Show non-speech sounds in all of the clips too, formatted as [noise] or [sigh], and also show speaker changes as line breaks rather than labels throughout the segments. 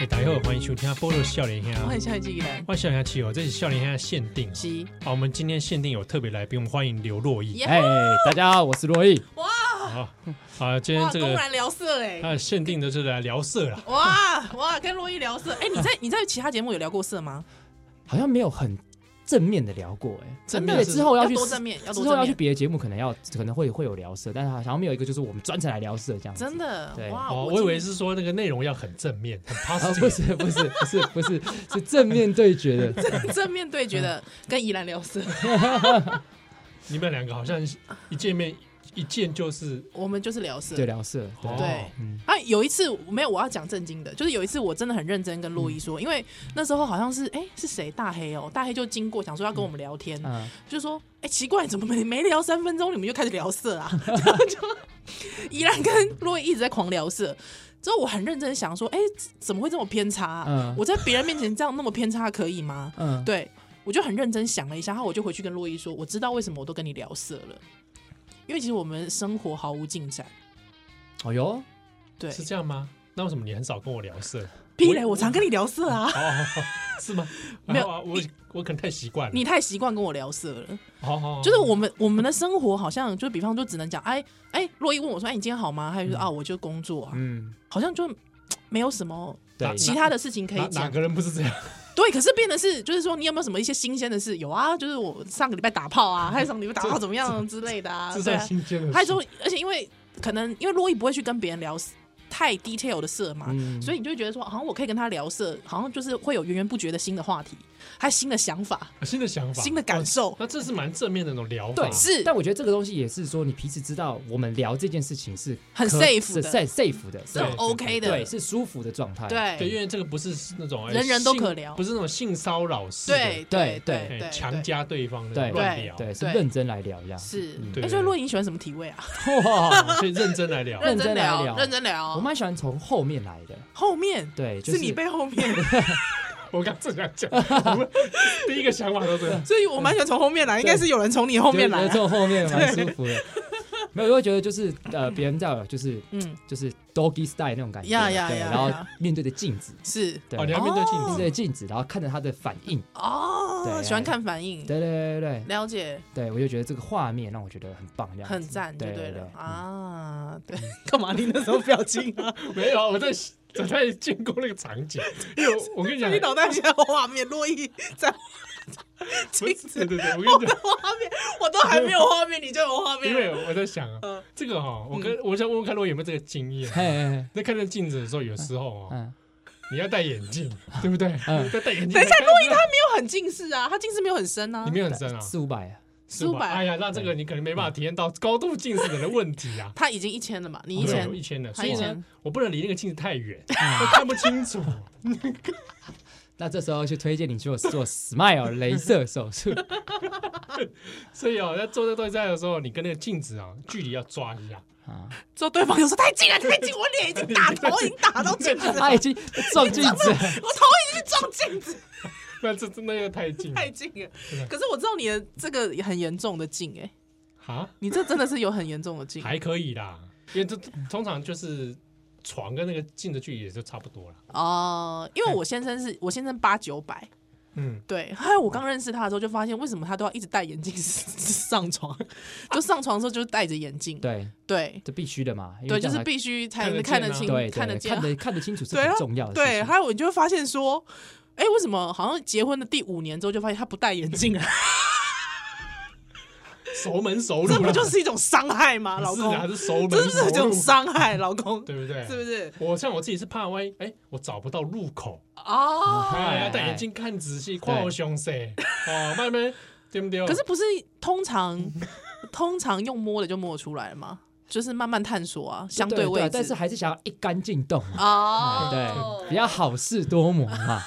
欸大家好，欢迎收听《菠萝笑脸兄
我》，很像记忆人，
欢迎笑脸兄七友，这是笑脸兄限定哦。
鸡
好，我们今天限定有特别来宾，我们欢迎刘若毅。
耶！
哎、大家好，我是洛毅。
哇
好，啊，今天
哇，
这
公
个
然聊色哎！
啊限定的是来聊色啦。
哇哇，跟洛伊聊色哎！你在你在其他节目有聊过色吗？
好像没有很正面的聊过、哎，
正
面
面
的
是
之后
要
去
多正面，要
之
多
后
正
要去
面，
别的节目，可能要可能会会有聊色，但是好像没有一个就是我们专程来聊色这样子。
真的
对
哇！
哦，我以为
是
是说那个内容要很正面，
[laughs]
很
啊，不
positive。
是不是不是不是，是正面对决的。
[laughs] 正面对决的，跟宜兰聊色，
你们两个好像一见面一见就是
我们就是聊色
对。聊色，对，
哦
对
嗯，
啊，有一次没有，我要讲正经的，就是有一次我真的很认真跟洛伊说，因为那时候好像是哎、是谁大黑哦，大黑就经过想说要跟我们聊天，
嗯，
就说：“哎、奇怪，怎么没没聊三分钟，你们就开始聊色啊？” [laughs] 然后就依然跟洛伊一直在狂聊色。之后我很认真想说：“哎、怎么会这么偏差、啊？
嗯
我在别人面前这样那么偏差可以吗？”
嗯，
对，我就很认真想了一下，然后我就回去跟洛伊说：“我知道为什么我都跟你聊色了，因为其实我们生活毫无进展。
哦哟，
对，
是这样吗？那为什么你很少跟我聊
[laughs]
色？
屁嘞，我常跟你聊色啊，
哦，是吗？
没有
啊我我可能太习惯了。哦
你太习惯跟我聊色了。”
好好，好
就是我们我们的生活好像就比方就只能讲，哎哎，洛伊问我说，哎，你今天好吗？还有就是啊，我就工作啊，
嗯，
好像就没有什么
对，
其他的事情可
哪
以
哪
讲。
个人不是这样？
对，可是变的是，就是说你有没有什么一些新鲜的事？有啊，就是我上个礼拜打炮啊，
[laughs]
还有上个礼拜打炮怎么样之类的啊。
这 [laughs]
对
算
啊，
新鲜的事。
还有说，而且因为可能因为洛伊不会去跟别人聊太 detail 的色嘛，
嗯
所以你就会觉得说，好像我可以跟他聊色，好像就是会有源源不绝的新的话题，还有新的想法、
新的想法，
新的感受。
那这是蛮正面的那种疗法，
对
是
但我觉得这个东西也是说，你平时知道我们聊这件事情是
很
可
safe
是
的
safe safe 的，
是
对
OK 的，
对，是舒服的状态。
对
对，因为这个不是那种哎
哎人人都
性
可聊
不是那种性骚扰式的，
对
对
对
哎
对，
强
对
加对方的
对
乱聊， [laughs]
对，是
对
认真来聊这样。
是
嗯。
对
哎，所以洛伊你喜欢什么体位啊？
哇，
所以认真来聊，
认真来聊
认真聊。
我蛮喜欢从后面来的。
后面
对，就是
你背后面，
我刚正想讲，我
[laughs]
们第一个想法都是这样，
所以我蛮喜欢从后面来，应该是有人从你后面来
觉得
啊。
坐后
[laughs]
面蛮舒服的。没有，我会觉得就是呃，别人在我就是
嗯，
就是 doggy style 那种感觉，
呀
啊
呀
对，
呀
然后
呀
面对着镜子，
是
对，
哦，你
面
要面对镜
哦
对
子，
着镜子，然后看着他的反应，
哦，
对
喜欢看反应，
对对对对
了解，
对，我就觉得这个画面让我觉得很棒，这样子
很赞就
对
对了
对嗯
啊。对， [laughs] 干嘛你那时候表情啊？
没有，我在我在建构那个场景，因为我我跟你讲，
你脑袋现在有画面，洛伊在
不是对对对，我
镜子
跟你讲，
画面，我都还没有画面，你就有画面
因
了。
为我在想啊，
嗯
这个哈，我跟我想问问看，洛有没有这个经验？
嘿嘿，
在看着镜子的时候，有时候哦，
嗯
你要戴眼镜，对不对？
嗯
要 [laughs] 戴眼镜。
等一下
才看得
洛伊
到
他没有很近视啊，他近视没有很深啊
你。没有很深啊
嗯，，四五百啊，
是吧
400。
哎呀，那这个你可能没办法体验到高度近视的人的问题啊
他已经一千了嘛？你一
哦对
千
我，一千的，
他
所以
一
呢
千，
我不能离那个镜子太远， [laughs] 我看不清楚。
那这时候就推荐你去做
[laughs]
做 smile 镭射手术，
所以哦，在做这对战的时候，你跟那个镜子啊，距离要抓一下。 [laughs]
啊，
之后对方就说太近了，太近，我脸已经打头，已经打到镜子了，
他已经撞镜子了，
我头已经去撞镜子，
那这真的又太近了 [laughs]
太近了
的。
可是我知道你的这个很严重的近，哎，
啊，
你这真的是有很严重的近
还可以啦，因为这通常就是床跟那个镜的距离也就差不多了。
哦。因为我先生是我先生八九百，
嗯，
对，还有我刚认识他的时候就发现，为什么他都要一直戴眼镜 [laughs] 上床，就上床的时候就是戴着眼镜，
对，
对
这必须的嘛，因为
对，就
这
是
样
必须才能
看
看
得见
得
啊
清
对、对、
看得见啊
看。得看得清楚是
[laughs] 对啊
很重要的事情。
对，还有你就会发现说，哎、为什么好像结婚的第五年之后就发现他不戴眼镜了？ [laughs]
熟门熟
这
路
不
啦，
就是一种伤
[laughs]
害吗，老
是
公？
啊，是熟
这
门
是不
熟
是一种
路，
伤害，老公？
对不对？
[laughs] 是不是？
我像我自己是怕万一，哎，我找不到入口，
哦，
哎，要戴眼镜看仔细，看我胸塞，哦，慢慢对不对？[laughs]
可是不是通常通常用摸的就摸得出来了吗？就是慢慢探索啊，相
对
位置。
啊但是还是嗯想要一杆进洞嘛，
哦，
对，比较好事多磨嘛。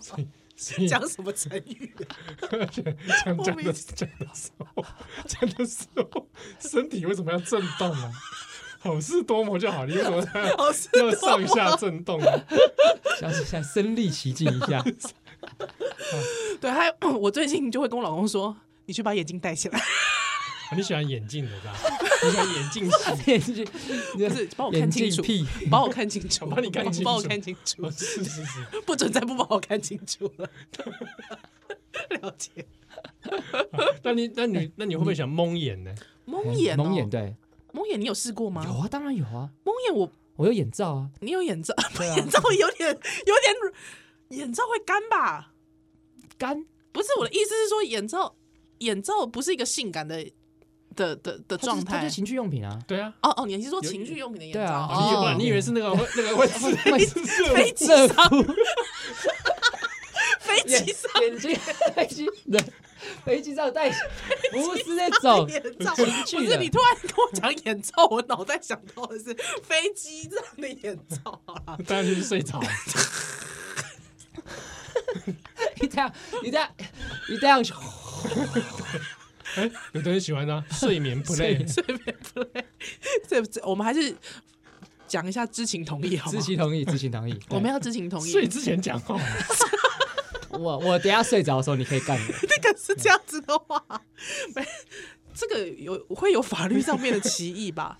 所以所以
讲什么成语啊？
[laughs] 讲
莫
讲
名
的讲的时候，讲的时候，身体为什么要震动啊？好事多磨就好，你为什
[laughs]
么要
老师
要上下震动啊？
想想身临其境
[laughs]
一下，
对，还有我最近就会跟我老公说，你去把眼镜戴起来。
你喜欢眼镜的是吧？你想眼
[laughs]
镜洗，
眼镜，你的
不是帮我
眼
看清
镜
楚
屁，
把我看清
[laughs]
楚，
把你看清楚
把我看清楚
哦，是是是，
不准再不把我看清楚了。 [laughs] 了解，
那你那
哎
你那你会
嗯
不会想蒙眼呢？
蒙眼、哦，
嗯蒙眼，，对，
蒙眼，你有试过吗？
有啊，当然有啊，
蒙眼我，
我有眼罩啊，
你有眼罩，
对
[laughs]
啊
眼罩有点有点，眼罩会干吧？
干，
不是我的意思是说，眼罩眼罩不是一个性感的的的的
它就
状
是它
态
就是。情趣用品啊，
对啊，
哦哦，你是说
有
情趣用品的眼
对啊
罩？
你以为
哦
哦
你以为是那个会那个会刺
[laughs]
会
飞机
热
上，
敷
[laughs] 飞
眼
机上
眼睛飞机的飞机上戴，不是那种
眼罩，
[laughs] 情
不
趣
是你
的，
突然跟我讲眼罩，我脑袋想到的是 [laughs] 飞机上的眼罩啊。
当然就是睡着，
你这样你这样你这样，
哎，有的人喜欢啊，睡眠
睡
play，
眠
随便 play，这这我们还是讲一下知情同意好吗
知？情同意，知情同意，
我们要知情同意，
睡之前讲好了，
我我等一下睡着的时候你可以干我。 [laughs]
这个是这样子的话，没 [laughs] 这个有会有法律上面的歧义
[laughs]
吧？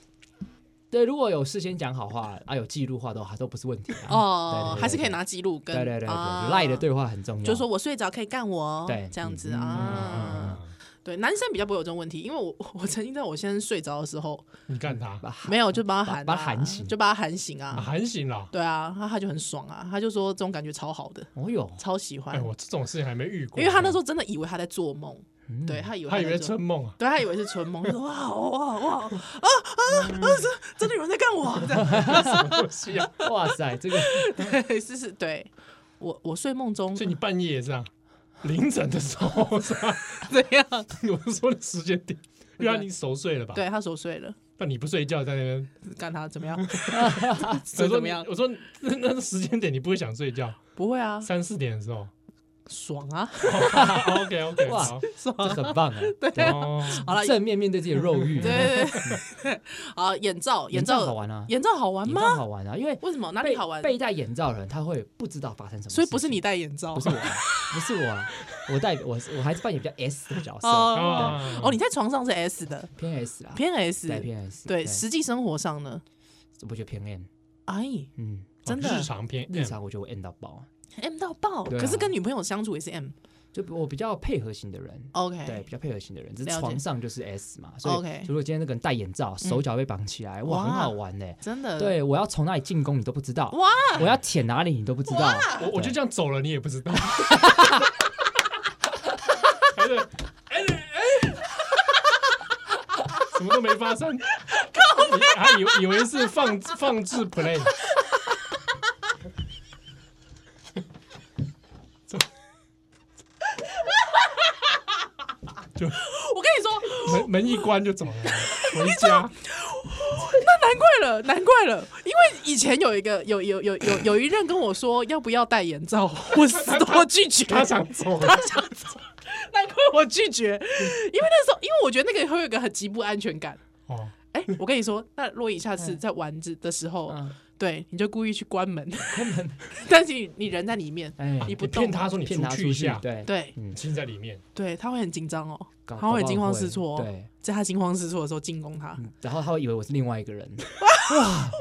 对，如果有事先讲好话啊，有记录话的话，都不是问题啊。
哦
对，
还是可以。拿记录跟
对对对对对
啊
对，赖的，对话很重要。
就是说我睡着可以干我哦，
对
这样子
嗯
啊。对，男生比较不会有这种问题，因为我 [laughs] 我曾经在我先生睡着的时
[laughs]
候，
你干他
把
没有就帮他
把
喊、啊，
把他喊醒
就把他喊醒
啊
啊。
还行啦，
对啊，他他就很爽啊，他就说这种感觉超好的，
哦哟，
超喜欢
哎，，我这种事情还没遇过，
因为他那时候真的以为他在做梦，
嗯
对他以为
他以
在
为
做
春梦啊，
对他以为是春梦，就说哇哇哇啊啊啊！真真的有人在干我，这
[laughs]
样 [laughs]
什么东西啊？
哇塞，这个
对，是是，对我我睡梦中
所以你半夜也这样，凌晨的时候是吧？
怎样？
有的时候的时间点，因为他你熟睡了吧？，
对他熟睡了，
那你不睡觉在那边，
干他怎么样？
我
是
说
怎
你
么样？
我说那那时间点你不会想睡觉，
[laughs] 不会啊，
三四点的时
[laughs]
候。
爽啊，
OK OK，
哇
好，
爽
这
啊！
很棒啊！
哦，
好了，对
正面面对自己的肉欲，
对对， [laughs] 啊，眼罩，
眼罩
罩
好玩啊
眼罩好玩
眼
吗？
罩好玩啊，因为
为什么？哪里
被
好玩？
被戴眼罩的人他会不知道发生什么事情，
所以不是你戴眼罩，哦
不是我啊，不是我
[laughs]
啊，我代表我是我还是扮演比较 S 的角色，
哦
哦
哦，你在床上是 S 的，
偏 S 啊，
偏 S，
对偏 S，
对，实际生活上呢，
我觉得偏 N，
哎
嗯，
真的
日常片
日常我觉得我 N 到爆，
，M 到爆，
对啊
可是跟女朋友相处也是 M。
就我比较配合型的人，
OK，
对，比较配合型的人，只是
了解
床上就是 S 嘛，所以
OK
如果今天那个人戴眼罩，手脚被绑起来，哇，
哇
很好玩呢。
真的，
对，我要从哪里进攻你都不知道，
哇，
我要舔哪里你都不知道，
我我就这样走了，你也不知
[laughs]
道。哎对哎对哎，什么都没发生，你还以以为是放放置 play。就
我跟你说，
门门一关就走
[laughs]
了，回家。
那难怪了，难怪了，因为以前有一个有有有
[clears throat]
有有一任跟我说要不要戴眼罩，我死都拒
[laughs]
绝，
他想走了
他想走， [laughs] 难怪我拒绝，因为那时候因为我觉得那个会有一个很极不安全感。
哦，
哎、我跟你
[laughs]
说，那若以下次在玩着的时候，
嗯
对，你就故意去关门， [laughs] 但是你你人在里面，
哎，
你不动
骗他说你
骗他
去
出
一
去
下，，
对，
对
你亲在里面。
对，他会很紧张哦，
搞
他会惊慌失措、哦，
对，
在他惊慌失措的时候进攻他，
嗯然后他会以为我是另外一个人，哇哇，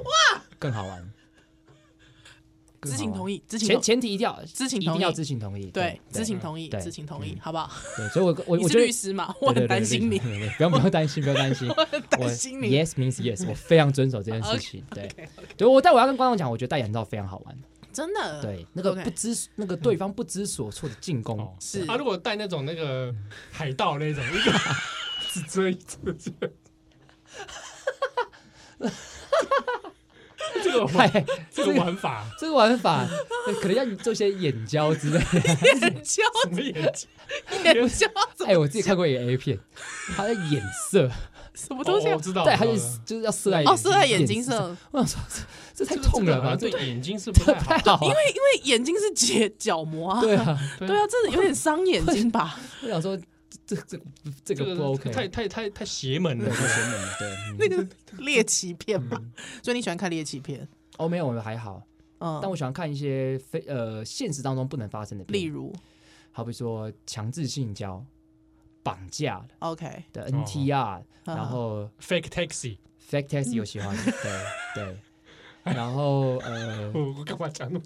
更好玩，
知情同
意，
意，知情
前
同
前提一定要
知情
一
同
定要
意，
知情同意，
对，知
嗯
情同意，
对
知情同
嗯
意，好不好？
对，所以我我
你
我
是
觉得
律师嘛，我很担心你，
对对对对对不要不要担心，不要担心，
我很担心你。
Yes means yes，我非常遵守这件
[laughs]
事情。对
OK，OK
对，我但我要跟观众讲，我觉得戴眼罩非常好玩。
真的，
对，那个
嗯 OK
不知那个对方不知所措的进攻
哦，
是
他、如果带那种那个海盗那种，一个 [laughs] 只遮一只遮， [laughs] 这个玩
嗨，
这个玩法
[laughs] 这个玩法对可能要你做些眼交之类的。
[laughs] 眼胶，
什么眼睛？
眼胶，怎
哎，
么
我自己看过一个 A 片，他在眼射，
什么
我
东西啊
哦我？知道，
对，他就
我知
是
道
就是要射哦在
哦，射在眼睛
睛
上，
我想说，这这太
这个
痛了
这个好
吧？
像
这
对眼睛是不太好
[laughs] 太。好
因
了。
为因为眼睛是结角膜啊。
对啊，
对啊，这有点伤眼睛吧？
我想说，这这这这
这
个
个
不 OK，嗯
太太太太邪门
对
了。
太邪门了。 [laughs]
[laughs]
对，嗯
那个猎奇片吧，所以你喜欢看猎奇片？
哦，没有，我们还好。但
嗯，
我喜欢看一些非呃现实当中不能发生的片，
例如
好比说强制性交、绑架了
OK，
的
哦
NTR，
嗯
然后
fake taxi，
Fake Taxi 有喜欢，
[laughs]
对对，然后呃
我我干嘛讲那么？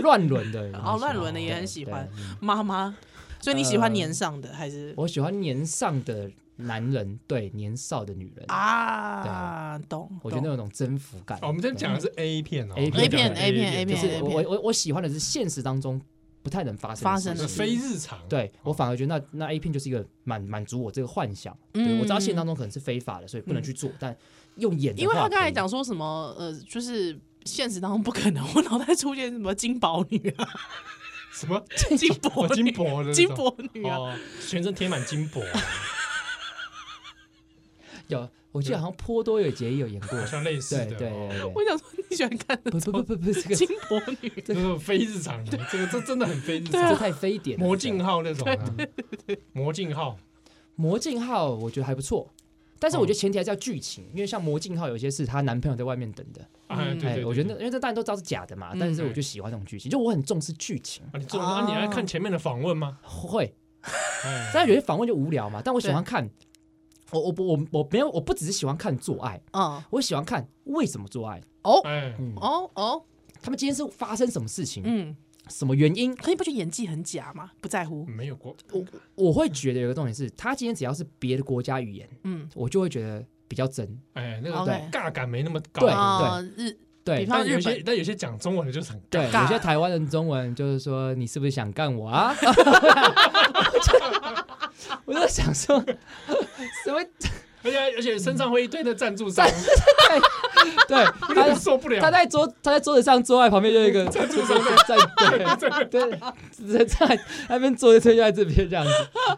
乱
[laughs]
伦的也很喜欢，
哦乱伦的也很喜欢
对。对嗯
妈妈，所以你喜欢年上的还是
我喜欢年上的男人，对年少的女人，
啊？懂，
我觉得
懂
那种征服感。
哦我们今天讲的是 A 片哦
A
我们今天讲的
A 片 A
就
片
是
A
我我我喜欢的是现实当中不太能发生
发
事
生的
情
呃
事
非日常，
对我反而觉得那那 A 片就是一个满满足我这个幻想，
嗯
对我知道现实当中可能是非法的，所以不能去做，但用演的
因为
话
他刚
可
才
以
讲说什么呃，就是现实当中不可能，我脑袋出现什么金宝女
[laughs]
啊、
什么
金箔
哦
女、
金箔的
金箔女啊，
哦，全身贴满金箔，啊好
有，我记得好像波多野结衣有演过，
像类似
对
的，
对对
[laughs]
哦
对，
我想说你喜欢看的
不不不不不，这个
金箔
[laughs]
女，
这种非日常的，这个这真的很非日
[laughs] 对啊
常
这，太非典了。
魔
这个
镜号那种的，魔镜号
魔镜号我觉得还不错，但是我觉得
哦
前提还是要剧情，因为像魔镜号有些是她男朋友在外面等的，
啊，
嗯
对对
哎，
对，
我觉得那因为这大家都知道是假的嘛，但是我就喜欢那种剧情，就我很重视剧情，
啊，你做啊，你来看前面的访问吗？
会，
哎
但有些访问就无聊嘛，但我喜欢看。我我我我没有，我不只是喜欢看做爱，
嗯，
我喜欢看为什么做爱。
哦
哎，
嗯，
哦哦，
他们今天是发生什么事情，
嗯，
什么原因？
可你不觉得演技很假吗？不在乎，
没有过，
我会觉得有个重点是，他今天只要是别的国家语言，
嗯，
我就会觉得比较真。
哎，那个
OK
尬感没那么高，
对
啊，日
嗯对
比，方
但有
日
些
本
但有些讲中文的就是很尬，
对，
尬
有些台湾人中文就是说你是不是想干我啊？我就想说，什么？
而且哎而且身上会一堆的赞助商， [laughs]
对，
有
他
点受不了，
他在桌他在桌子上桌外旁边就有一个在在对对在在那边坐一推就在这边这样子，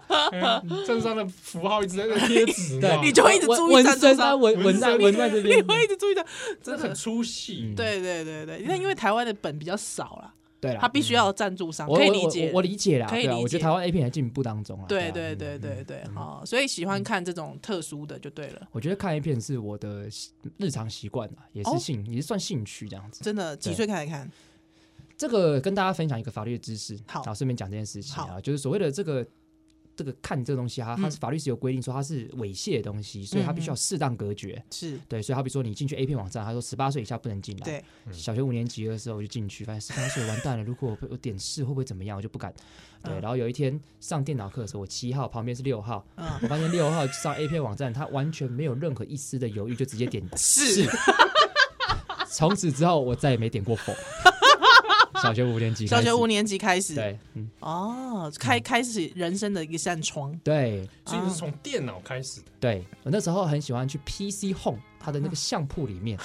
哎赞助商的符号一直在那贴纸，
[laughs] 对
你就会一直
纹
注意
纹
赞助
身啊
商，
纹纹在纹在这
你
边，
会一直注
[laughs]
意到，真
真的
的
很，出戏
嗯，
对对对对，那因为台湾的本比较少啦，
对
他
啦，
必须要有赞助商，
我
可以
我
理
我
解
我，理解啦，
可以
对啊，
理
我
解
觉得台湾 A 片还进步当中啦，
对
啊
对
嗯
对
嗯
对对，哦，所以喜欢看这种特殊的就对了。
我觉得看 A 片是我的习日常习惯啦，也
哦
是兴、也是算兴趣这样子。
真的几
对
岁开始看？
这个跟大家分享一个法律的知识，
好
然后顺便讲这件事情
好
啊，就是所谓的这个这个看这个东西啊，它
嗯
是法律是有规定说它是猥亵的东西，所以它必须要适当隔绝。
是
对，所以好比说你进去 A 片网站，他说十八岁以下不能进来。
对，
嗯
小学五年级的时候我就进去，发现十八岁完蛋了，如果我被我点视会不会怎么样，我就不敢。对，
嗯
然后有一天上电脑课的时候，我七号旁边是六号，
嗯，
我发现六号上 A 片网站，他完全没有任何一丝的犹豫，就直接
[laughs]
点
是
从此之后，我再也没点
[laughs]
过否。小学五年级开
小
始，
学五年级开始，
对，嗯，
哦，开开始人生的一扇
哦
窗，
对
所以你是从电脑开始的，
对，我那时候很喜欢去 PC Home 它的那个相铺里
[laughs]
面，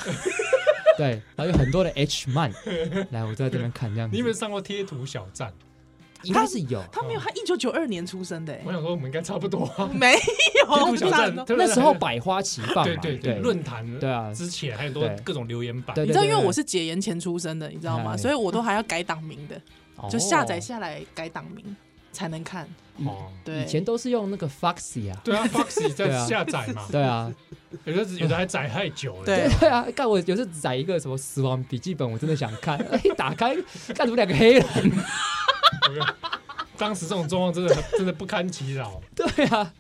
对，然后有很多的 H man，来，我在这边看这样子，
你有没有上过贴图小站？
应该是有，
他没有，他一九九二年出生的欸
我，想说我们应该差不多啊，
没
[laughs]
贴
有
图小站
烂哦
对
那时候百花齐放嘛，
对对
对
对论坛
对啊
之前还有很多
对
各种留言板，
对
你知道，因为我是解严前出生的，你知道吗？
哎
所以我都还要改档名的，
哦
就下载。下来改档名才能看。
哦，
哦
对，
以前都是用那个 Foxy 啊，
对啊，Foxy
对
在
啊
下载嘛，[laughs]
对啊，
有的有的还载太久了，
对
对对啊，看我有时候载一个什么死亡笔记本，我真的想看， [laughs] 一打开，看怎么两个黑人，
当时这种状况真的很真的不堪其扰，
[laughs] 对啊，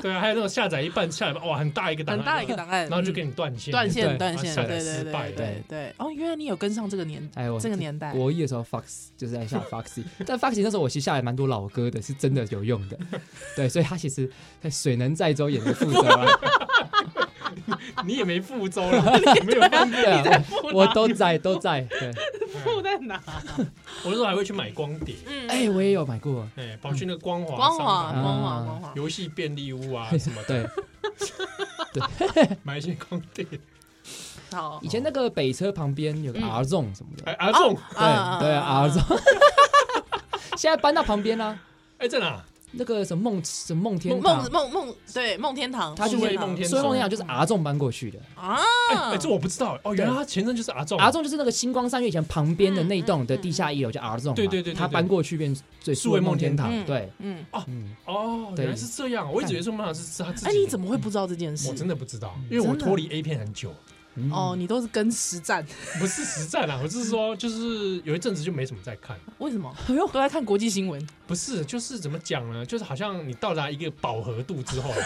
对啊，还有那种下载一半下来哇，很大一个档案
很大一个档案，
然后就
嗯
给你断线，
断线
对啊
断线，
下载
对对
失
对
败
对对对。哦，原来你有跟上这个年
哎，我
这个年代，
国一的时候，Fox 就是在下 Foxy，但 [laughs] Foxy 那时候我其实下来蛮多老歌的，是真的有用的。 [laughs] 对，所以他其实在水能载舟也能覆
[laughs]
舟啊。
你也没覆舟了，没有放
对啊，我我都在都在。
[laughs]
对，
布在哪？
我那时候还会去买光碟，
嗯，
哎，我也有买过。
哎，跑去那个光华
光
商
华
场
啊
光华光华，
游戏便利屋
[laughs]
啊什么的，
对，
买一些光碟。
好
以前那个北车旁边有个
嗯
R Zone 什么的
哎，，阿
哦
仲，
啊
对啊对，R
啊 [laughs]
Zone。现在搬到旁边啦，
哎，在哪？
那个什么梦什么梦天
梦
堂，
梦梦对梦天堂，
他就
会
天堂
梦天哦
所以梦天堂就是 R Zone 搬过去的。
啊，
哎，这我不知道哦，原来他前身就是阿仲。
R Zone 就是那个星光三月以前旁边的那栋的
嗯嗯
地下一楼，叫 R Zone 嘛。
对对对对
他
对
搬过去变最
数位梦天堂
嗯
对，
嗯，
嗯。
哦，原来是
哎
这样，我一直以为说梦想是是他自己。
哎，你怎么会不知道这件事？
我真的不知道，因为我脱离 A 片很久，
嗯
哦，，你都是跟实战，
不是实战啦，我是说，就是有一阵子就没什么在看，
为什么？
哎
都在看国际新闻，
不是，就是怎么讲呢？就是好像你到达一个饱和度之后啊，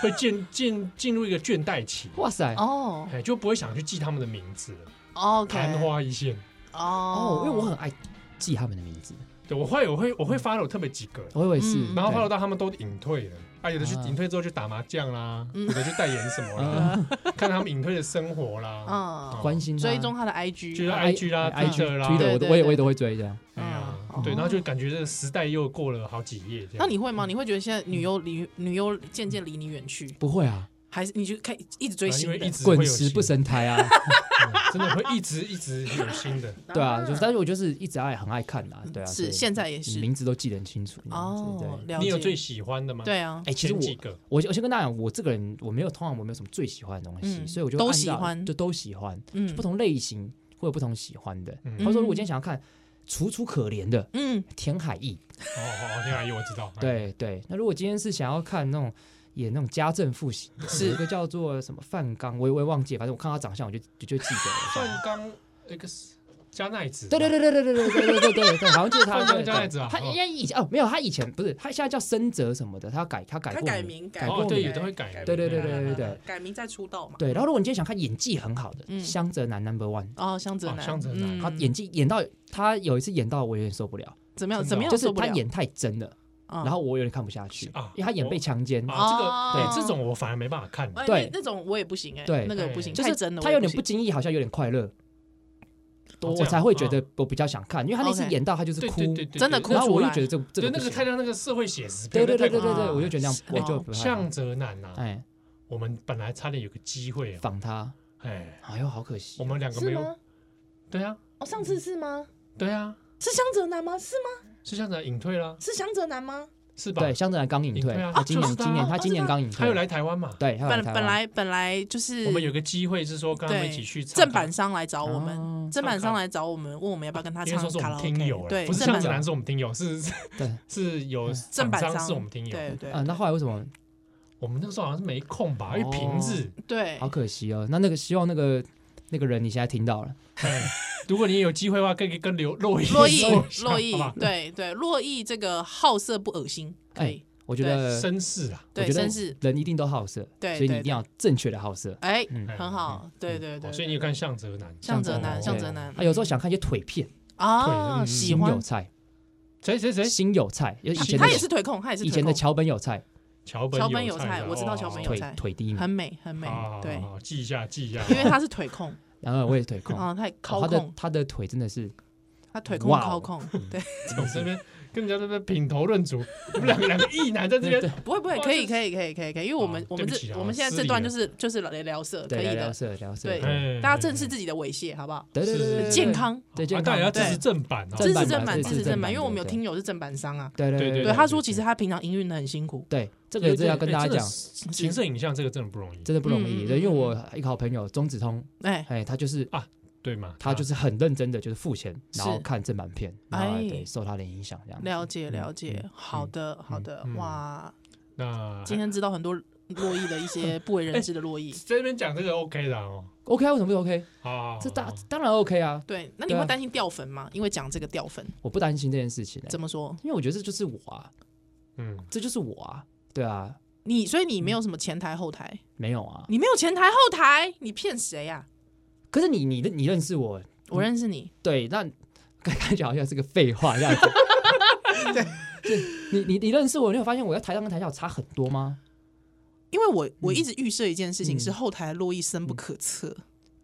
会进进进入一个倦怠期，
哇塞，
哦
哎，就不会想去记他们的名字了，
，OK，
昙花一现。
哦
哦，，因为我很爱记他们的名字，
对，我会我会我会 follow 特别几个，
我以为是
嗯，
然后 follow
对
到他们都隐退了，啊，有的去
啊
隐退之后去打麻将啦，
嗯
有的去代言什么啦， [laughs]
嗯
看他们隐退的生活啦，
嗯
哦
关心他
追踪他的
就是
IG，
I-
IG 啦、
I-
Twitter 啦，
推
对
的我都
对
我也
对
我也都会追这样，
哎呀
嗯
对，
哦
然后就感觉这个时代又过了好几页这样。
那你会吗？你会觉得现在女优离女优渐渐离你远去，
不会啊，
还是你就看一直追
啊因
新
为一
的？
直会有
滚石不
新
生胎啊，
的，嗯真的会一直一直有新
[laughs]
的。
对啊，就但是我就是一直爱很爱看啦，对啊，所
嗯是
以
现在也
你
是
名字都记得很清楚，这样子
哦，
对。
了
你有最
解，
喜欢的吗？，
对啊，
哎，其实
前
我
几个
我我先跟大家讲，我这个人我没有通常我没有什么最喜欢的东西，
嗯
所以我就
都
按照
喜欢
就都喜欢，
嗯
不同类型会有不同喜欢的。
嗯
他说，如果今天想要看楚楚可怜的
嗯，
田海义，
哦哦，天阿姨我知道。，
对对，那如果今天是想要看那种演那种家政妇型的，
是
有一个叫做什么范刚，我也我也忘记了，反正我看他长相我就就就记
[laughs]
得了。
范刚 X 加奈子。哦
对对对对对对对对对对对，好像就是他。
范刚
对
加奈子
对
啊
他
哦
人家以前哦没有，他以前不是，他现在叫深泽什么的，他要改他改
他
过
改
名
名
改
改
过
哦，
名
对，
名
有的会改名。
对对对对对对
改名再出道嘛。
对，然后如果你今天想看演技很好的，
嗯
香泽男 Number One，
哦，香泽
哦
南，
香泽南
嗯
他演技演到他有一次演到我有点受不了，
怎么样？
真的
怎
哦
么样
就是
受不
他
了？
演太真了，
嗯，
然后我有点看不下去
啊，
因为他演被强奸，
啊，这个
哦
对这种我反而没办法看。
哎
对
那那种我也不行哎，
对
那个不行，
就
太
是
真了，
他
我也
有点不
行
经意，好像有点快乐，
哦
我
这样
才会觉
啊
得我比较想看，因为他那次
OK
演到他就是
对
哭
对，对对，对
真的哭
然后我
出
就
来
觉得这这
对
个
那
不
个
行
太像那个社会写实
对
片，
对对对
那太
对
夸
对，
张
我就觉得这样我
哦
就不太
向泽南呐，
哎
我们本来差点有个机会哦，
仿他，
哎，
哎呦好可惜
我，们两个没
是
有
吗。？
对啊，
哦，上次是吗？
对啊，
是香泽南吗？是吗？
是向泽隐退了，
是香泽南吗？
是吧？
对，香泽兰刚隐
隐
退
退啊，
他今
就
年
是他
今年
哦
他
是
今年
他
刚隐退，
他有来台湾嘛？
对，他有
本
台湾
本来本来就是
我们有个机会是说跟他们一起去唱
正
卡
版商来找我
哦
们，正版
唱
商
卡
来找我们，问我们要不要跟他
应该
唱
说是我
卡拉
们
OK，
听友啦，啊
对，
不是
正
向
版
子
商
南是我们听友，是 [laughs] 是
对。
是有
正版
厂商
商
是我们听友。
对对
啊，那后来为什么
我们那时候好像是没空
哦
吧，因为平日。
对
好，可惜哦？那那个希望那个那个人你现在听到了，
[laughs] 哎如果你有机会的话，可以跟刘洛伊
[laughs]
[laughs]
洛伊
说一下
洛伊
好吧，
对对，洛伊这个好色不恶心，可以
我觉得
呃
绅士啊，
哎我
对
觉得
绅士，
人一定都好色，
对
所以你
对
一定要正确的好色。
哎，
嗯
哎
很好，对对
哦
对，
所以你有看向泽南，
向泽
哦
南，向泽
对
南
啊，有时候想看一些腿片，
啊，
嗯
喜
新
欢
有菜，
谁谁谁，
新有菜，有以前的
他也是腿控，他也是
以
腿
前的
控
桥本有菜，
桥本
桥本
有
有菜
的
我知道
哦
桥本有
腿
菜
腿第一名
很，美很美
好好好，
对，
好记一下记一下，[laughs]
因为他是腿控
然后我也是腿控， [laughs] 哦
啊，他也
他
靠
的
控，
他的腿真的是
他腿控
哇哦
靠控，对，
总这边跟人家这边品头论足，我们两个两个异男在
[laughs]
这边，
不会不会，
哇
可
这
以可以可以可以可以，因为我们
哇
我
对
们
不起
这
啊
我们现在
失
这
礼
段
了
就是就是聊聊色，可
对
以
聊聊
的，
色聊色，
对
对
哎
大家正视自己的猥亵，好不好？
对对
是
对，对
健康，
对健
啊
康，
当然要支
对
持正版哦，
支
版
持正
嘛
版，
对
支
支
持
持
正
正
版，
版
因为我们
对
有
对
听友是正版商啊，
对对
对对
对
对，他说其实他平常营运的很辛苦，
对这个真的要跟大家讲，
讲，哎情色影像这个真的不容易，
真的不容易，
嗯嗯
对因为
嗯
我一个好朋友钟子通，
哎，
哎，他就是
对嘛？
他就是很认真的，就是付钱然后
是
看正版片，然后
哎
对受他的影响这样子。
了解了解，好的好的
嗯，
哇，
那
今天知道很多洛伊的一些不为人知的洛
[laughs]
伊，
这边讲这个 OK 的哦，
OK 啊，为什么不 OK？
啊，
这
好
哦
当
好好
当然 OK 啊，
对，那你
对啊
会担心掉粉吗？因为讲这个掉粉，
我不担心这件事情欸，
怎么说？
因为我觉得这就是我啊，
嗯，
这就是我啊，对啊，
你所以你没有什么前台后台，
没有啊。
你没有前台后台，你骗谁呀？
可是你你认你认识我，
我认识你，
对，那看 [laughs] 看起来好像是个废话这样子。 [laughs] 对，就你你你认识我，你有发现我在台上跟台下有差很多吗？
因为我我一直预设一件事情
嗯
是后台的洛伊深不可测，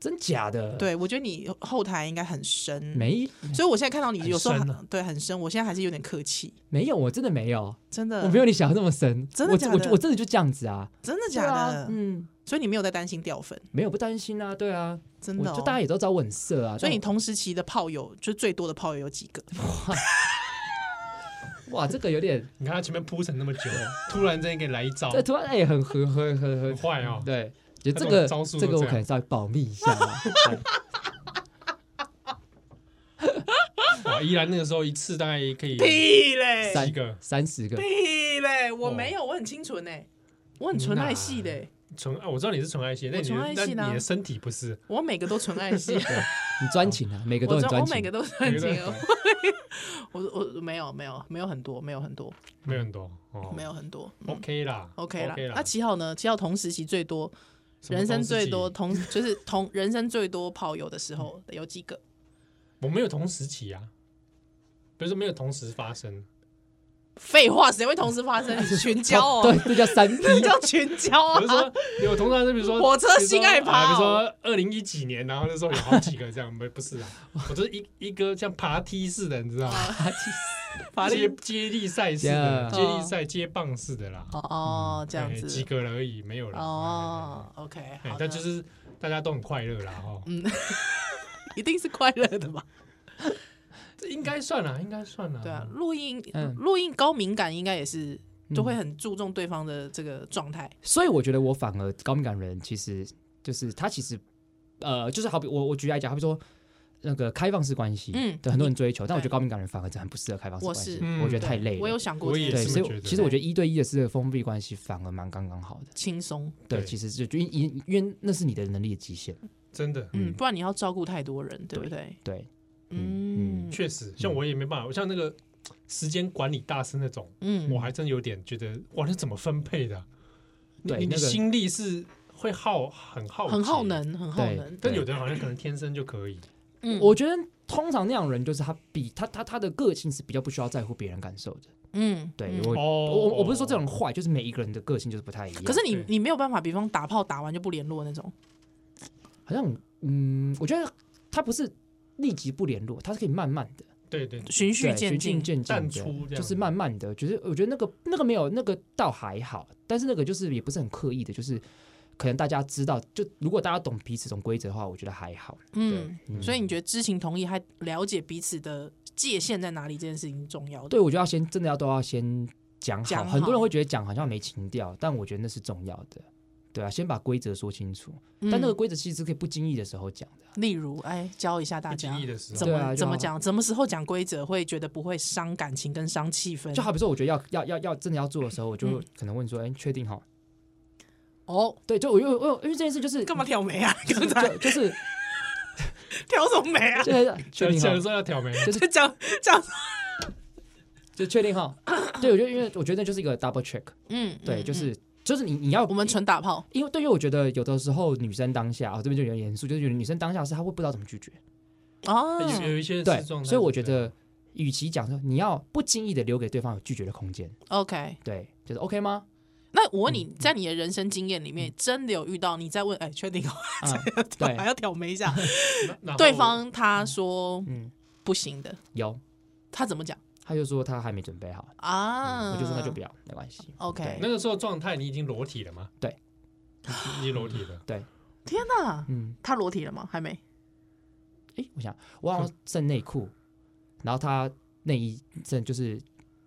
真假的？，
对我觉得你后台应该很深，
没啊
所以我现在看到你有时候
很深
很对很深，我现在还是有点客气，
没有，我真的没有，
真的，
我没有你想的那么深。
真的
我
假
我
的
我真的就这样子啊，
真的
对
假的？
啊嗯，
所以你没有在担心掉粉，
没有不担心啊，对啊，
真
我
的、哦。
就大家也都知道我很色啊，
所以你
但
同时期的炮友，就最多的炮友有几个？
我哇，这个有点，
你看他前面铺陈那么久，突然之间给你来一招，
这突然哎很很很很
很
很
坏哦，
对，就
他
这
这
个
种招数
这
都
个我
这
可能
样
稍微保密一下啊。对
哇，依然那个时候一次大概可以
屁嘞
三个，
三十个，
屁嘞！我
哦
欸
嗯
没有，我很清纯哎、我很纯爱系的、
纯爱，我知道你是纯爱系，但你
纯爱
的
系呢
但你的身体不是，
我每个都纯爱系，
你专情啊，每个都
我
很
专
专
我
情
每。个都专情
每个都
哦， [laughs] 我我没有没有没有很多，没有很多，
没有很多哦，
没有很多。嗯
OK 啦
OK 啦
OK，啦
那七号呢？七号同时期最多，
什么
人生
同时
最
期
多同 [laughs] 就是同人生最多炮友的时候有几个？
我没有同时期啊，不是没有同时发生，
废话，谁会同时发生？群交
超
哦，
对，这叫三 P，
这 [laughs] 叫群交
[laughs] 我是
啊
说！有同时发生，比如说
火车
比如说
性爱
啊比如
跑
说二零一几年，然后那时候有好几个这样，没不是啊，我就是一一个像爬梯似的，你知道
啊
[laughs] 吗？
法
接
律
接力赛似的，
Yeah
接力赛接棒似的啦，
哦，这样
哎
子
及格了而已，没有了。
哦，OK，
哎，哎
好的，嗯
但就是大家都很快乐啦，哈，
一定是快乐的
[laughs]
吧？
这应该算啦，应该算啦。
对啊，录音
嗯
录音高敏感应该也是就会
嗯
很注重对方的这个状态，
所以我觉得我反而高敏感人，其实就是他其实呃，就是好比我我举例来讲，好比说那个开放式关系，
嗯
对，很多人追求，但我觉得
对
高敏感人反而很不适合开放式
我
关系
是，
嗯
我觉得太累
我有
了。
想过嗯
我
这
也
件
对，
事，
是这
所以
么觉
我
得
其实我觉得一对一的是个封闭关系反而蛮刚刚好的。
轻松，
对，
对
其实就就因因因为那是你的能力的极限。
真的，
嗯，
嗯
不然你要照顾太多人，对不对？
对，
嗯，
确实，像我也没办法，我像那个时间管理大师那种，
嗯，
我还真有点觉得，哇，那怎么分配的啊？你
对
你
那个
心力是会耗，很耗，
很耗。能，很耗能，
但有的人好像可能天生就可以，
嗯，
我觉得通常那样的人就是他比他他他的个性是比较不需要在乎别人感受的。
嗯，
对
嗯
我
哦
我我不是说这种坏，就是每一个人的个性就是不太一样。
可是你
对
你没有办法，比方打炮打完就不联络那种，
好像嗯，我觉得他不是立即不联络，他是可以慢慢的
对对，对
循序
对
渐进
进，渐进
淡
的
出这样
就是
子
慢慢的，就是我觉得那个那个没有那个倒还好，但是那个就是也不是很刻意的，就是可能大家知道，就如果大家懂彼此懂规则的话，我觉得还好。
嗯，
嗯
所以你觉得知情同意还了解彼此的界限在哪里这件事情重要的，
对，我觉得要先真的要都要先讲好，
讲
很多人
好
会觉得讲好像没情调，但我觉得那是重要的。对啊，先把规则说清楚，
嗯
但那个规则其实是可以不经意的时候讲的啊。
例如，哎，教一下大
不经
家
意的时候
怎么、
对啊就
怎么
好
讲，什么时候讲规则会觉得不会伤感情跟伤气氛。
就好比说，我觉得要要要要真的要做的时候，我就会
嗯
可能问说：“哎、确定好？”
哦，
对，就我又我因为这件事就是嗯
干嘛挑眉啊？
就
刚
[laughs] 是
才
就就是
挑什么眉啊？
就是确
讲
定
讲的
好，
时候要挑眉，
就讲讲，
就确定好。对，我就因为我觉得那就是一个 double check，
嗯，
对，
嗯
就
嗯
是就是你你要
我们纯打炮，
因为对于我觉得有的时候女生当下，哦这边就有点严肃，就是有的女生当下是她会不知道怎么拒绝，
哦，
有有一些
嗯对
是状，态
所以我觉
是这样
得与其讲说你要不经意的留给对方有拒绝的空间，
OK，
对，就是 OK 吗？
那我问
嗯
你，在你的人生经验里面，真的有遇到你在问，哎，确定好，
嗯，
[laughs] 还
对，
要挑眉一
[laughs]
下，
然后
对方他说
嗯，
不行的，
有，
他怎么讲
他就说他还没准备好，
啊？
嗯我就说那就不要，没关系。
OK
对
那个时候状态，你已经裸体了吗？
对
你，你裸体了，
天哪，
嗯，
他裸体了吗？还没，
诶，我想我好像剩内裤，然后他内衣剩就是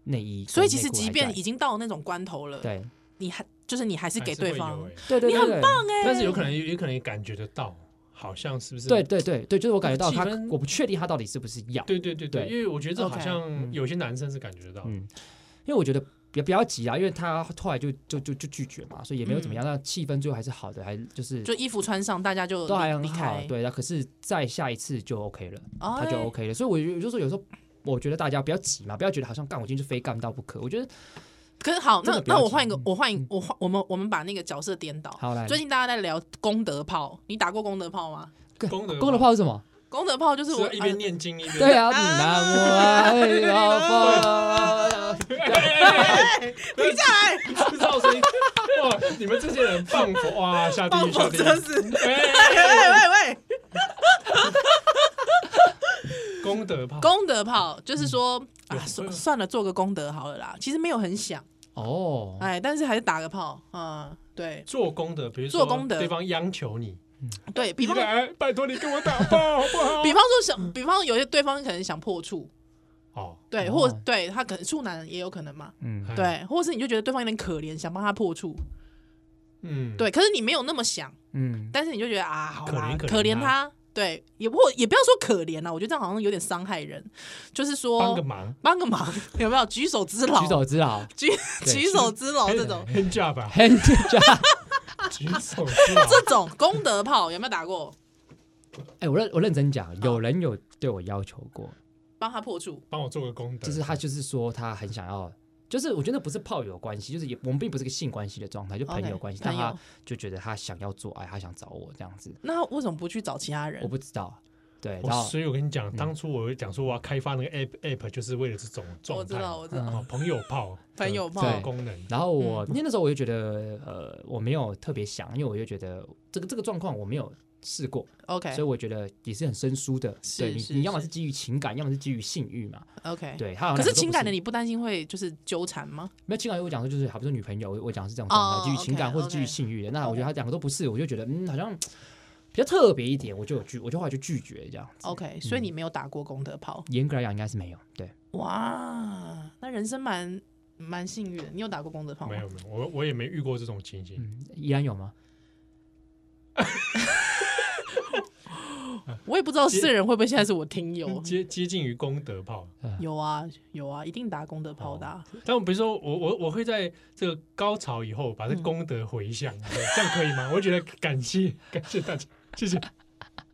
内衣跟内裤还在，
所以其实即便已经到那种关头了，
对
你还就是你还是给
还是会
对方
有欸
对对，
你很啊
棒哎，
但是有可能有有可能也感觉得到，好像是不是？
对对对对，就是我感觉到
气
他
氛，
我不确定他到底是不是要，
对对对对，
对
因为我觉得这好
OK，
像
嗯
有些男生是感觉得到，
嗯，因为我觉得。也不要急啊，因为他后来就就就就拒绝嘛，所以也没有怎么样。那气氛最后还是好的，还就是
嗯就衣服穿上，大家就
都还
离
很好
开，，哎
对。那可是再下一次就 OK 了，
他
他就 OK 了。所以我就就说有时候我觉得大家不要急嘛，不要觉得好像干我今天就非干到不可。我觉得
可是好，
真
那
的不
那
要
我
急嗯
换一个，我换一我换我们我们把那个角色颠倒。
好来，
最近大家在聊功德炮，你打过功德炮吗？
功德
啊
公的炮是什么？
功德炮就是
是
我
要一边
啊
念经一边
对啊，南无阿弥陀佛。
停下来，制造声音。哇，你们这些人放火哇，下地狱
放
下
火
地
车
狱！
子，
哎，
[laughs] 喂喂喂，
功德炮，
功德炮就是说啊，
有嗯
算算了，做个功德好了啦。其实没有很想，
哦，
哎，但是还是打个炮，嗯，对
做功德，比如说
做功德
对方央求你，
对，比
你
方
来，拜托你跟我打炮好不好？
比方说想，比方有些对方可能想破处，
哦，
对，
哦
或对他可能处男也有可能嘛，
嗯，
哎，
对，或是你就觉得对方有点可怜，想帮他破处，
嗯，
对，可是你没有那么想。
嗯，
但是你就觉得啊，好啦，
可怜
可
可怜
怜他，对，也不也不要说可怜啊啦，我觉得这样好像有点伤害人，就是说
帮个忙
帮个忙， [laughs] 有没有举手之劳？
举手之劳
举 [laughs]
对
举手之劳这种，
[laughs] ，hand job 啊，
，hand job，
举手之劳。
这种功德炮有没有打过？
哎、我认我认真讲，有人有对我要求过，
帮他破处，
帮我做个功德，
就是他就是说他很想要，就是我觉得不是炮友关系，就是也我们并不是个性关系的状态，就朋友
OK，
关系
朋
但
友
他，就觉得他想要做爱，他想找我这样子，
那为什么不去找其他
我
人？
不知道，对，
我
然后
所以，我跟你讲，当初我就讲说我要开发那个 app app，就是为了这种
我
状
知
态。
道，我知
嗯
道，
啊，朋友炮，
朋友炮
这个
对
功能，
然后我、因为那时候我就觉得呃我没有特别想，因为我就觉得这个这个状况我没有试过，所以
OK
我觉得也是很生疏的，
是
对
是
你你要么
是
是基于情感，要么是基于性欲嘛，
OK。
对他好像
可
两个
是
都不
情感的你不担心会就是纠缠吗？
没有情感，我讲的就是好比说女朋友，我我讲的是这种状
哦
态，基于情感
OK，
或者基于
OK 哦
性欲的。那我觉得他两个都不是，我就觉得嗯，好像比较特别一点，我就有拒，我就后来就拒绝这样子。
OK，所以你没有打过功德炮，
严格来讲应该是没有，对，
哦哇，那人生蛮蛮幸运的。你有打过功德炮
没
吗
有？没有，我我也没遇过这种情形。
嗯，依然有吗？
我也不知道世人会不会现在是我听
嗯
友。
接接近于功德炮，
有啊有啊，一定打功德炮的啊、
但我比如说我我我会在这个高潮以后把这功德回
[laughs]
向，对这样可以吗？我觉得感谢感谢大家，谢谢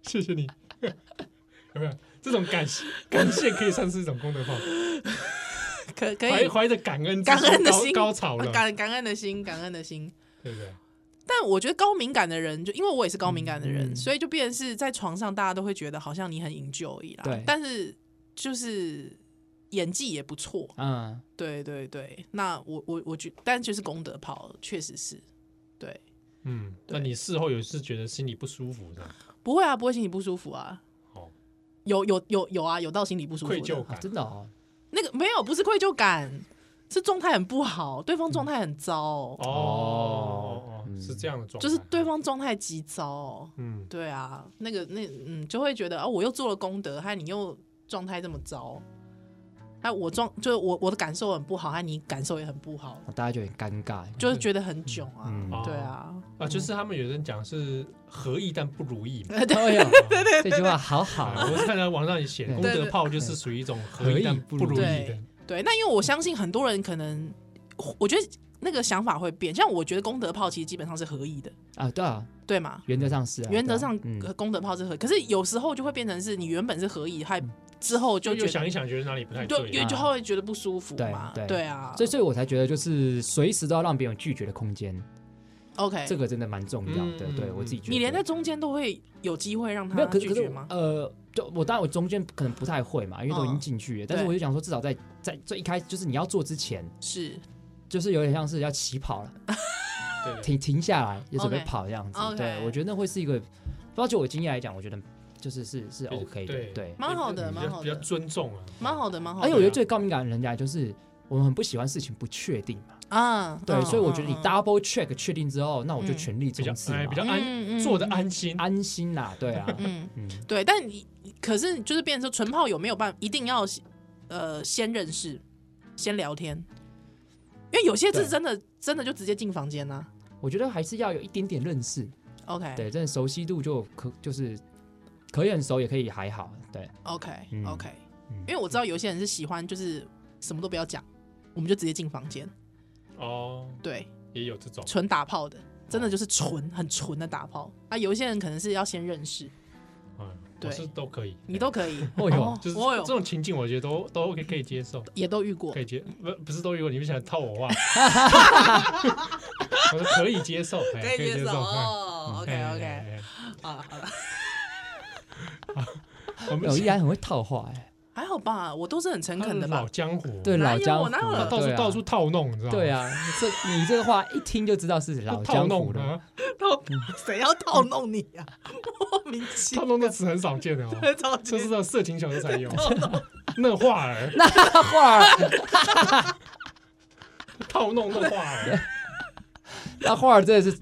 谢谢你， [laughs] 有没有这种感
[laughs]
谢感谢可以算是一种功德炮，
可可
怀
以
怀着感恩之
感恩的
高
心
高潮了，
感感恩的心，感恩的心。
对不对？
但我觉得高敏感的人，就因为我也是高敏感的人，
嗯
所以就变成是在床上大家都会觉得好像你很营救已啦。
对
但是就是演技也不错，
嗯，
对对对。那我我我觉，但就是功德炮，确实是，对，
嗯，
对
那你事后有是觉得心里不舒服的，
不会啊，不会心里不舒服啊。
哦，
有有有有啊，有到心里不舒服的。
愧疚
啊
感，
真的哦，
那个没有，不是愧疚感，是状态很不好，对方状态很糟、
哦哦，哦
嗯
是这样的状态，
就是对方状态极糟。
嗯，
对啊，那个那嗯，就会觉得啊、我又做了功德，害你又状态这么糟，害我状就是我我的感受很不好，害你感受也很不好，
大家就有点尴尬。
就是觉得很囧啊。
嗯
哦
对啊，
啊，就是他们有人讲是合意但不如意嘛。
哎
[laughs]
呦，对对这句话好好
啊，我是看到网上也写，
对
功德炮就是属于一种合
合
意
意
但不如意的
对，对，那因为我相信很多人可能，我觉得那个想法会变，像我觉得功德炮其实基本上是合意的，
啊，对啊，
对吗？
原则上是啊，
原则上
对啊嗯，
功德炮是合，可是有时候就会变成是你原本是合意，还
嗯
之后就
就
觉
又
得
想一想，觉得哪里不太
就
对
就
啊，
就会觉得不舒服
对
嘛，
对
对啊，
所以所以我才觉得就是随时都要让别人有拒绝的空间，
OK，
这个真的蛮重要的。
嗯
对
嗯
我自己觉得，
你连在中间都会有机会让
没
他
有，可是
拒
可是
绝
我
吗？
呃，就我当然我中间可能不太会嘛，因为都已经
嗯
进去了。但是
对
我就想说，至少在在最一开始，就是你要做之前，
是
就是有点像是要起
[laughs]
跑了，
对对
停停下来，也准备
OK，
跑这样子。
OK
对，我觉得那会是一个，不知道就我经验来讲，我觉得就是是是 OK 的。
对
对，
蛮好的，
比
蛮
较
好
比较
的，
尊重啊，
蛮好的，蛮嗯好
而
的。
且我觉得最高敏感的人家就是我们很不喜欢事情不确定嘛。
啊，
对，
嗯
所以我觉得你
嗯嗯
double check 确定之后，那我就
嗯
全力
比较
冲刺嘛
哎，比较
嗯嗯
安，做的安心，
安心啦。对啊，
[laughs] 嗯，
嗯，
对，但你可是就是变成说纯炮友没有办法，一定要呃先认识，先聊天，因为有些
对
是真的真的就直接进房间啦。
我觉得还是要有一点点认识。
OK
对，真的熟悉度就可就是可以很熟，也可以还好。对，
OK
嗯
OK，
嗯
因为我知道有些人是喜欢就是什么都不要讲，我们就直接进房间，
哦，
对，
也有这种，
纯打炮的，真的就是纯很纯的打炮啊。有一些人可能是要先认识，
嗯，
对
我是都可以，
你
[laughs]
都可以，
哦哟
就是
我有
这种情境，我觉得都都 OK 可以接受，
也都遇过
可，以接，不不是都如果你们想套我话，我说可以接受，哎可以接受，哎
哦。OK
哎
OK，
哎哎
啊，好了，
我们
有依然很会套话哎、
还好吧，我都是很诚恳的
老
吧。
江湖，
对
哪
老
有
江湖
哪有
啊，
到
对
处
啊
到处套弄，你知道吗？
对啊，这你这个话一听就知道是老
套
江
弄
湖了。
啊，
套 [laughs] 谁要套弄你呀、莫名其
套
妙，
弄的词很少见的
[laughs]
哦。
超级
这是到色情小说才有，那画儿
[laughs] 那话儿，
套弄那画
[laughs]
儿，
那话儿真的是。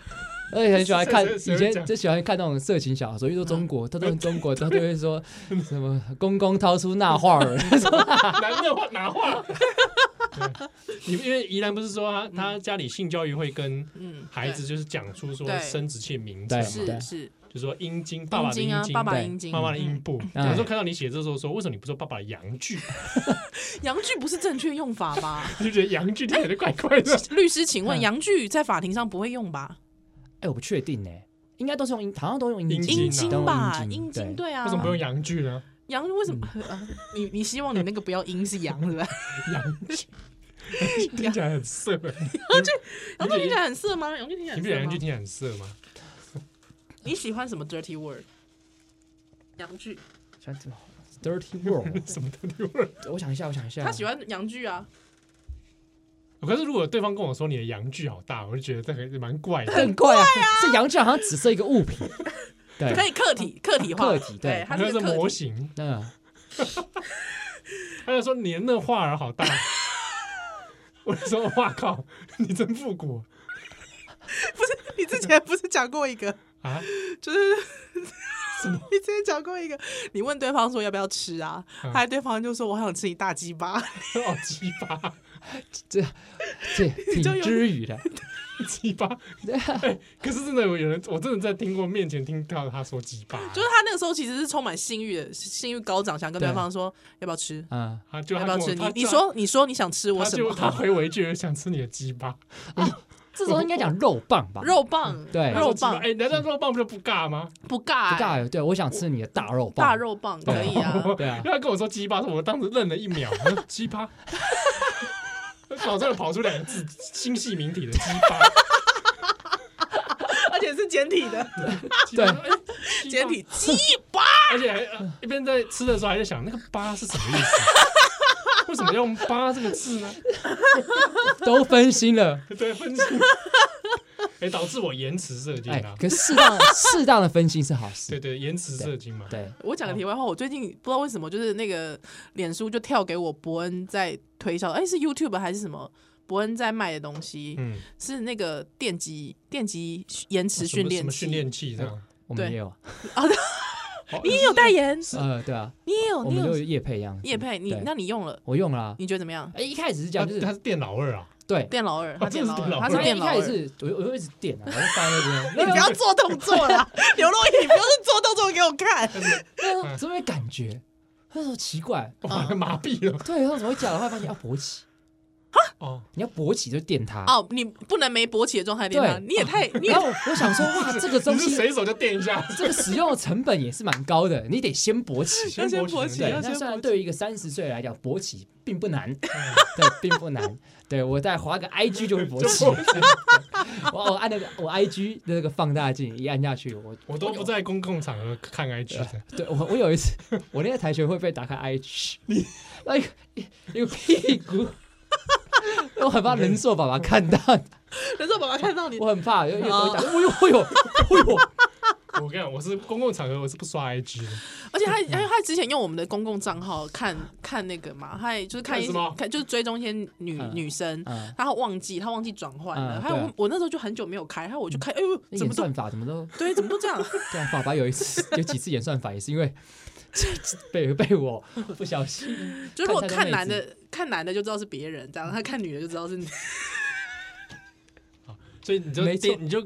而且很喜
[laughs]
欢看，
谁谁谁
以
会
前
讲
就喜欢看那种色情小说，因为说中
哎
国，他都是中国，他都会说 [laughs] 什么“公公掏出那话儿 [laughs]
男的画哪画儿？对你因为宜兰不是说
嗯
他他家里性教育会跟
嗯，
孩子就是讲出说
对
生殖器名字
对
嘛，
是是
就说阴茎，爸爸的
阴茎啊，
茎，
爸爸的
对
阴茎，
妈妈的阴
嗯。
部。
嗯
有时候看到你写这时候说，为什么你不说爸爸的阳具？ [laughs]
阳具不是正确用法吧？
[laughs] 啊
就觉得阳具听起来就怪怪的。
律师，请问
嗯
阳具在法庭上不会用吧？”
哎，我不确定呢，应该都是用阴，好像都用阴
阴
茎
阴
茎啊
茎吧，
阴
阴茎对啊
为什，么不用嗯阳具
[laughs]
呢？
羊为什么？啊 [laughs] 你你希望你那个不要阴是羊
[laughs]
是吧？
阳具
啊
听起来很色，
[laughs]
你
羊就听起来很色吗？羊就听起来很
不觉得
色
阳具
吗？
听起来很色吗？
你喜欢什么 dirty word？洋剧，
像这种 [laughs] dirty world，
什么都丢了。
我想一下，我想一下，
他喜欢洋剧啊，
可是如果对方跟我说你的阳具好大，我就觉得这个是蛮怪的。
很怪啊，这羊圈好像只是一个物 [laughs] 品，对，
可以客
啊
体客体化，
客体对
对，他
那
是
是
个客
模
体。
型，
嗯，
他就说你的那画儿好
[laughs]
大，我就说哇靠，你真复古
你之前不是讲过一个，
啊！
就是
什么
你之前讲过一个，你问对方说要不要吃啊，
嗯
后来对方就说我想吃你大鸡巴， [laughs]
好鸡巴，
这 [laughs] 这
你
挺
就有
之语的，
鸡巴！哎，可是真的有人，我真的在听过面前听到他说鸡巴，
就是他那个时候其实是充满性欲的，性欲高涨，想跟对
对
方说要不要吃，
嗯，
他就
要
他跟
不要
我
吃，你
他
你说你说你想吃我
他
什
就他
么？ [laughs]
回我一句想吃你的鸡巴，
这时候应该讲肉棒吧，
肉棒，
对
他说
肉
鸡巴
棒
哎，难道肉棒不就不尬吗？
不尬
不
欸，
大，对我想吃你的大肉棒，
大，肉棒可以
[laughs]
啊。
[laughs] 对啊
因为他跟我说鸡巴，我当时愣了一秒，我说鸡巴， [laughs] 脑中有跑出两个字，新系名体的鸡
[laughs]
巴，
而且是简
[laughs]
体的，
鸡巴哎鸡巴
简体鸡
嗯
巴，
而且还呃一边在吃的时候还在想那个“八”是什么意
[laughs]
思，为什么要用“八”这个字呢？
都分心了。 [laughs]
对，
[laughs]
分析，哎，导致我延迟射精
哎
啊，，
可是适当 [laughs] 适当的分心是好
对
事，
对，延迟射精嘛，
对，
我讲个题外话，我最近不知道为什么，就是那个脸书就跳给我伯恩在推销，哎、是 YouTube 还是什么？伯恩在卖的东西、
嗯，啊
是那个电极电极延迟
什
训
么什
练
么
器
训，练器这样，哦
我们也有，
你也有代言，
呃，对啊，
你也有，
我
你
们
也
就
有
有叶配一样子，
叶佩，你
对
那你用了，
我用了啊，
你觉得怎么样？
哎，一开始是
他
这样，就是
他是电脑二啊，
对，
电老二，他
这
电
是
[laughs]
老二，
电脑
他是
二
电
一
老
开
二。
始是我我就一直点啊，我就放在 [laughs] 那
你
边，
不要做动作啦， [laughs] 刘若英，你不要做动作给我看。
那哎那怎么会感觉？那时候奇怪，
哇，
哦
麻痹了
对，然后怎么会假的话发现要勃起，
哦，
你要勃起就电它。
哦，你不能没勃起的状态练他，
对
你也
[laughs]
太，你也
然后我想说，哇，这个东
你是
西
随手就电一下，
这个使用的成本也是蛮高的，你得先勃起。
要先
勃
勃
起
起啊要
对，那
先
虽
勃
然
起
对于一个三十岁来讲，勃起并不难，对，并不难。对我再划个 IG 就会勃起， [laughs] 我我按那个我 IG 的那个放大镜一按下去，我
我都不在公共场合
[laughs]
看 IG 的，
对我我有一次，我那个台球会被打开 IG，那个一个屁股，我很怕人兽爸爸看到，
人寿宝宝看到你
我很怕，因为我
哦
打，哎呦哎呦哎
[laughs]
呦，
我跟你讲，我是公共场合我是不刷 IG 的，
而且他，因为他之前用我们的公共账号看看那个嘛，他也就是看一
看什么
些，看就是追踪一些女、
嗯
女生，
嗯
他忘记他忘记转换了，
嗯
还有
对啊
我我那时候就很久没有开，然后我就开，哎呦，
那
怎
演
么都
算法怎么都
对，怎么都这样，
对啊，爸爸有一次有几次演算法也是因为被被我不小心，
就如果看
看太多妹
男的看男的就知道是别人这样，他看女的就知道是你，
所以你就
没错
电你就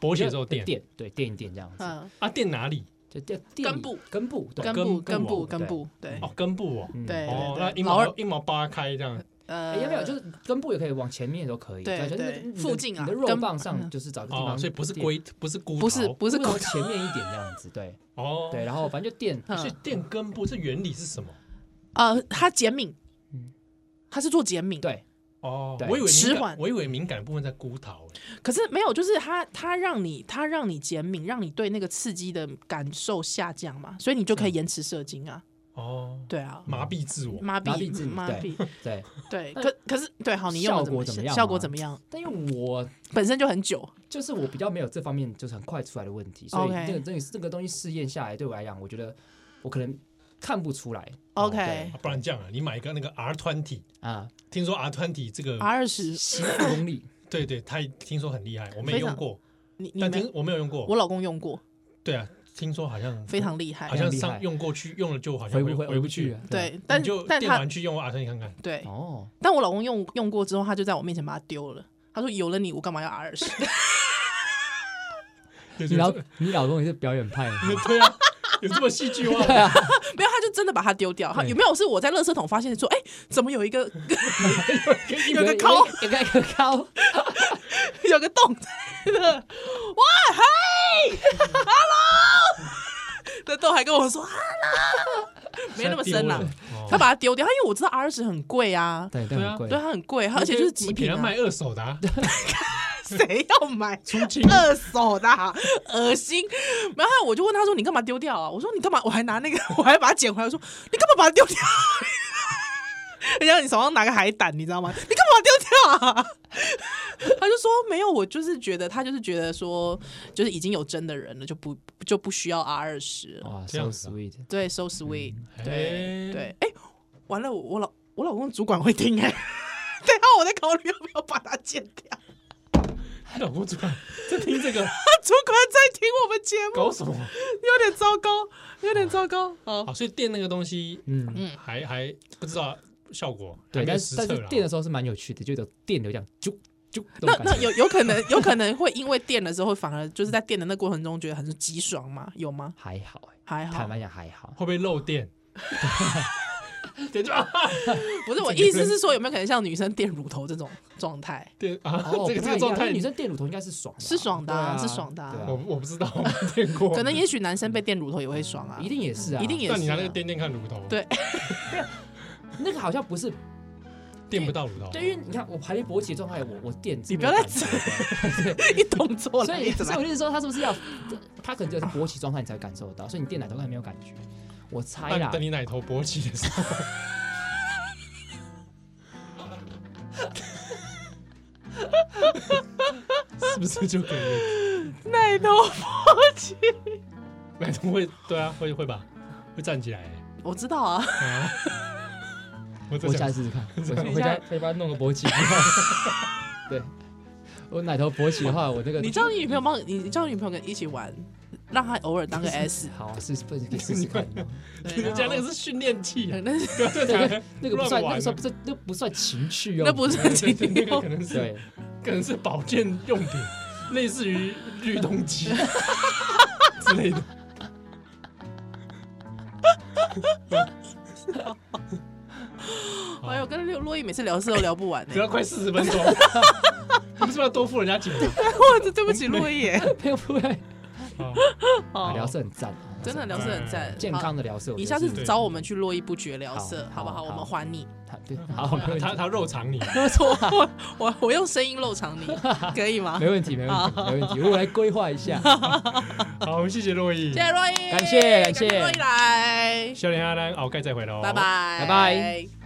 勃起的时候电
垫对垫一垫这样子，
[laughs] 嗯，
啊，电哪里？
就垫垫
根部
根部对
根
根
部
部
根部
哦哦，根
根部，对
部哦，
嗯
对
哦，那
对
阴
老
毛
二
阴毛扒开这样，
呃
哎有没有就是根部也可以往前面都可以，
对
就是
对
你的
附近啊
你的肉
根
棒
嗯
上就是找个地
哦，
方，
所以不是，龟，不是骨头，
不是不
不
是
是
狗
往前面一点这样子，对
哦，
对，，然后反正就垫
所以
嗯
电根部这原理是什么？
呃，他减敏
嗯，
他是做减敏，
对
哦，
对
我以为
迟
敏感，
缓
我以为敏感部分在骨头，哎
可是没有，就是他他让你他让你减敏，让你对那个刺激的感受下降嘛，所以你就
嗯
可以延迟射精啊。
哦，
对啊，
麻痹自我，
麻
麻痹自
痹
己
麻
对 [laughs]
痹，
对，
对。
那
可可是对，好，你用
效
了怎么
果怎么样
效果
啊
怎么样？
但因为我
本身就很久，
就是我比较没有这方面就是很快出来的问题，所以
OK
这个东西这个东西试验下来对我来讲，我觉得我可能看不出来
OK
哦对
啊不然这样啊，你买一个那个 R 团体，
[coughs] 啊，
听说 R 团体这个
R，二十，
吸附功力。
对对，他听说很厉害，我没
非
用
常
过，
你你
但
没
听我没有用过，
我老公用过，
对啊，听说好像
非常厉害
好。像
哎非常厉
上
害
用过去用了就好像
回不回
回
不
去
去
了，
啊？
对，但
你就
但
电
他
玩去用啊 R 团体看看，
对，
[laughs]
哦，
但我老公用用过之后，他就在我面前把它丢了。他说：“有了你，我干嘛要 R 二十？ [laughs]
对
你
对
老
对 [laughs]
你老公也是表演派的，
对啊，有这么戏剧
[laughs]
化吗？
啊
没有，他就真的把它丢掉。他
对
有没有是我在垃圾桶发现说，哎，怎么有一个 [laughs] 有个
有
抠
[laughs] 有个有个有个抠，
有个洞在那？ [laughs] [laughs] 那豆还跟我说 “hello”，没 [laughs] 那么深啊啦、他把它丢掉，因为我知道 R 十很贵啊，
对，
哦对
对，
啊
很贵
对，。它很贵，而且就是极
给
品、
他
啊，
卖二手的啊，
[laughs] 谁要买
出清
二手的、啊？恶心！然后我就问他说：“你干嘛丢掉啊？”我说：“你干嘛？”我还拿那个， [laughs] 我还把它捡回来，我说：“你干嘛把它丢掉？”人家你手上拿个海胆，你知道吗？你干嘛把它丢掉啊？他就说没有，我就是觉得他就是觉得说，就是已经有真的人了，就不就不需要 R 二十。
哇
这
，so
样子啊
sweet，
对，so sweet，、
哎
对对，哎、完了，我我老我老公主管会听哎、 [laughs] 等一下我在考虑要不要把它剪掉， [laughs]
你老公主管在听这个
他主管在听我们节目，
搞什么？
有点糟糕，有点糟糕，好
好，，所以电那个东西
嗯，
嗯，
还还不知道效果，
对，
还没
但
有
是
实
但
测
是
啦哦
电的时候是蛮有趣的，就有电流这样啾啾，那
那那有有可能有可能会因为电的时候，反而就是在电的那过程中觉得很极爽吗？有吗？
还好欸
还好
坦，白讲还好
会，不会漏
[laughs]
电？点就啊
不是我意思是说有没有可能像女生电乳头这种状态？
电啊
哦，
[laughs] 这个这
不太
个
一
状
样因
态
为女生电乳头应该是爽的啊，哦
是爽的啊
对
是爽的啊
对
我我不知道，我没电过，
可能也许男生被电乳头也会爽啊，
一定也是啊，
一定也是、啊。
但你拿那个电电看乳头，
对
那个好像不是，
电不到乳头，
对，因为你看我排列勃起的状态，我我电是
你不
没
要再
有感
扯
觉的
[laughs] 一动作
所
了，
以，
一直
所以
来
我就是说，他是不是
[laughs]
要，他可能只有在勃起状态你才会感受到，所以你电奶头可能没有感觉。我猜啦
但，等你奶头勃起的时候，是不是就可以？
奶头勃起。
奶头会对啊，会会吧，会站起来、
我知道啊，
啊！我在
我下
想，
次试试看，我
等
回
一下
家可以帮他弄个勃起。 [laughs] 对，我奶头勃起的话，我那个
你叫你女朋友帮你，你叫你女朋友跟一起玩，让她偶尔当个 S，
好啊，试试，不是可以试试看。
对
人家那个
然后
是训练器、啊，
嗯那是
不要再 [laughs]
对
讲
对，那个不算，
乱
那个
玩啊
算不是，那不算情趣哦。
那不是
对
情
对 [laughs]
侣
那个可能是
[laughs] 对，
可能是保健用品，类似于律动机之类的。
哎呦，跟洛洛伊每次聊事都聊不完呢欸
只。要快四十分钟，你们是不是要多付人家几分？
哇， [laughs] 这对不起洛伊耶，
没有不会。
好
啊聊
哦，
色很赞，
真的聊色很赞，
嗯健
好。
康的聊色。我
你
觉
下
得
次
是
对
找我们去络绎不绝聊色，
好
好不好？
好
我们
好
还你， [laughs]
他对，好，没问题
他，他肉偿你，
他说啊
我我用声音漏场
[laughs]
你，可以吗
没？
[laughs]
问题，没问题，没问题，我来规划一下。
好，我们谢谢洛伊
谢，谢洛伊，
感谢感
感
谢
谢洛伊来，
笑脸阿丹，好，盖再回来哦，
拜拜，
拜拜。